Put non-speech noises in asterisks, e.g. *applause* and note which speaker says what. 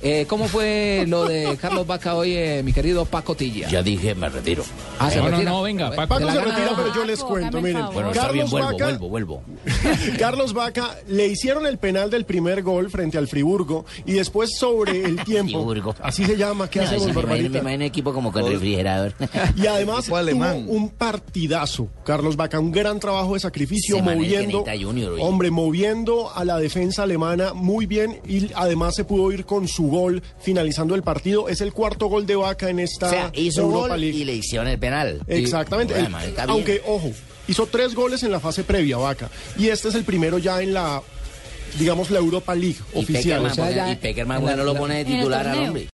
Speaker 1: Eh, ¿Cómo fue lo de Carlos Vaca hoy, eh, mi querido Paco Tilla?
Speaker 2: Ya dije, me retiro.
Speaker 1: Ah,
Speaker 3: No, no,
Speaker 1: retira?
Speaker 3: no, venga,
Speaker 1: ¿Te
Speaker 3: Paco.
Speaker 4: Paco
Speaker 1: la
Speaker 4: se
Speaker 1: gana?
Speaker 4: retira, pero yo
Speaker 5: Paco,
Speaker 4: les cuento,
Speaker 5: dame el
Speaker 4: miren.
Speaker 5: favor.
Speaker 2: Bueno, está bien,
Speaker 4: Carlos
Speaker 2: vuelvo,
Speaker 4: Vaca,
Speaker 2: vuelvo, vuelvo.
Speaker 4: Carlos Vaca le hicieron el penal del primer gol frente al Friburgo y después
Speaker 2: *laughs*
Speaker 4: sobre el tiempo.
Speaker 2: Friburgo.
Speaker 4: Así se llama, ¿qué
Speaker 2: No, sí,
Speaker 4: hacemos,
Speaker 2: me, imagino, me
Speaker 4: Barbarita?
Speaker 2: imagino equipo como con refrigerador.
Speaker 4: Y además
Speaker 6: Equipo
Speaker 4: tuvo
Speaker 6: alemán.
Speaker 4: un partidazo, Carlos Vaca, un gran trabajo de sacrificio,
Speaker 2: Ese man es
Speaker 4: moviendo,
Speaker 2: Geneta Junior, oye.
Speaker 4: hombre, moviendo a la defensa alemana muy bien y además se pudo ir con su gol finalizando el partido. Es el cuarto gol de Vaca en esta
Speaker 2: o sea, hizo un
Speaker 4: Europa
Speaker 2: gol
Speaker 4: League.
Speaker 2: y le hicieron el penal.
Speaker 4: Exactamente.
Speaker 2: Bueno,
Speaker 4: El-
Speaker 2: man, está bien.
Speaker 4: aunque, ojo, hizo tres goles en la fase previa, Vaca. Y este es el primero ya en la, digamos, la Europa League
Speaker 2: Y
Speaker 4: oficial.
Speaker 2: Peckerman,
Speaker 1: O sea,
Speaker 2: pone-
Speaker 1: ya-
Speaker 2: y Peckerman,
Speaker 1: en la-
Speaker 2: bueno, lo pone de
Speaker 5: en el
Speaker 2: titular al
Speaker 5: torneo.
Speaker 2: hombre.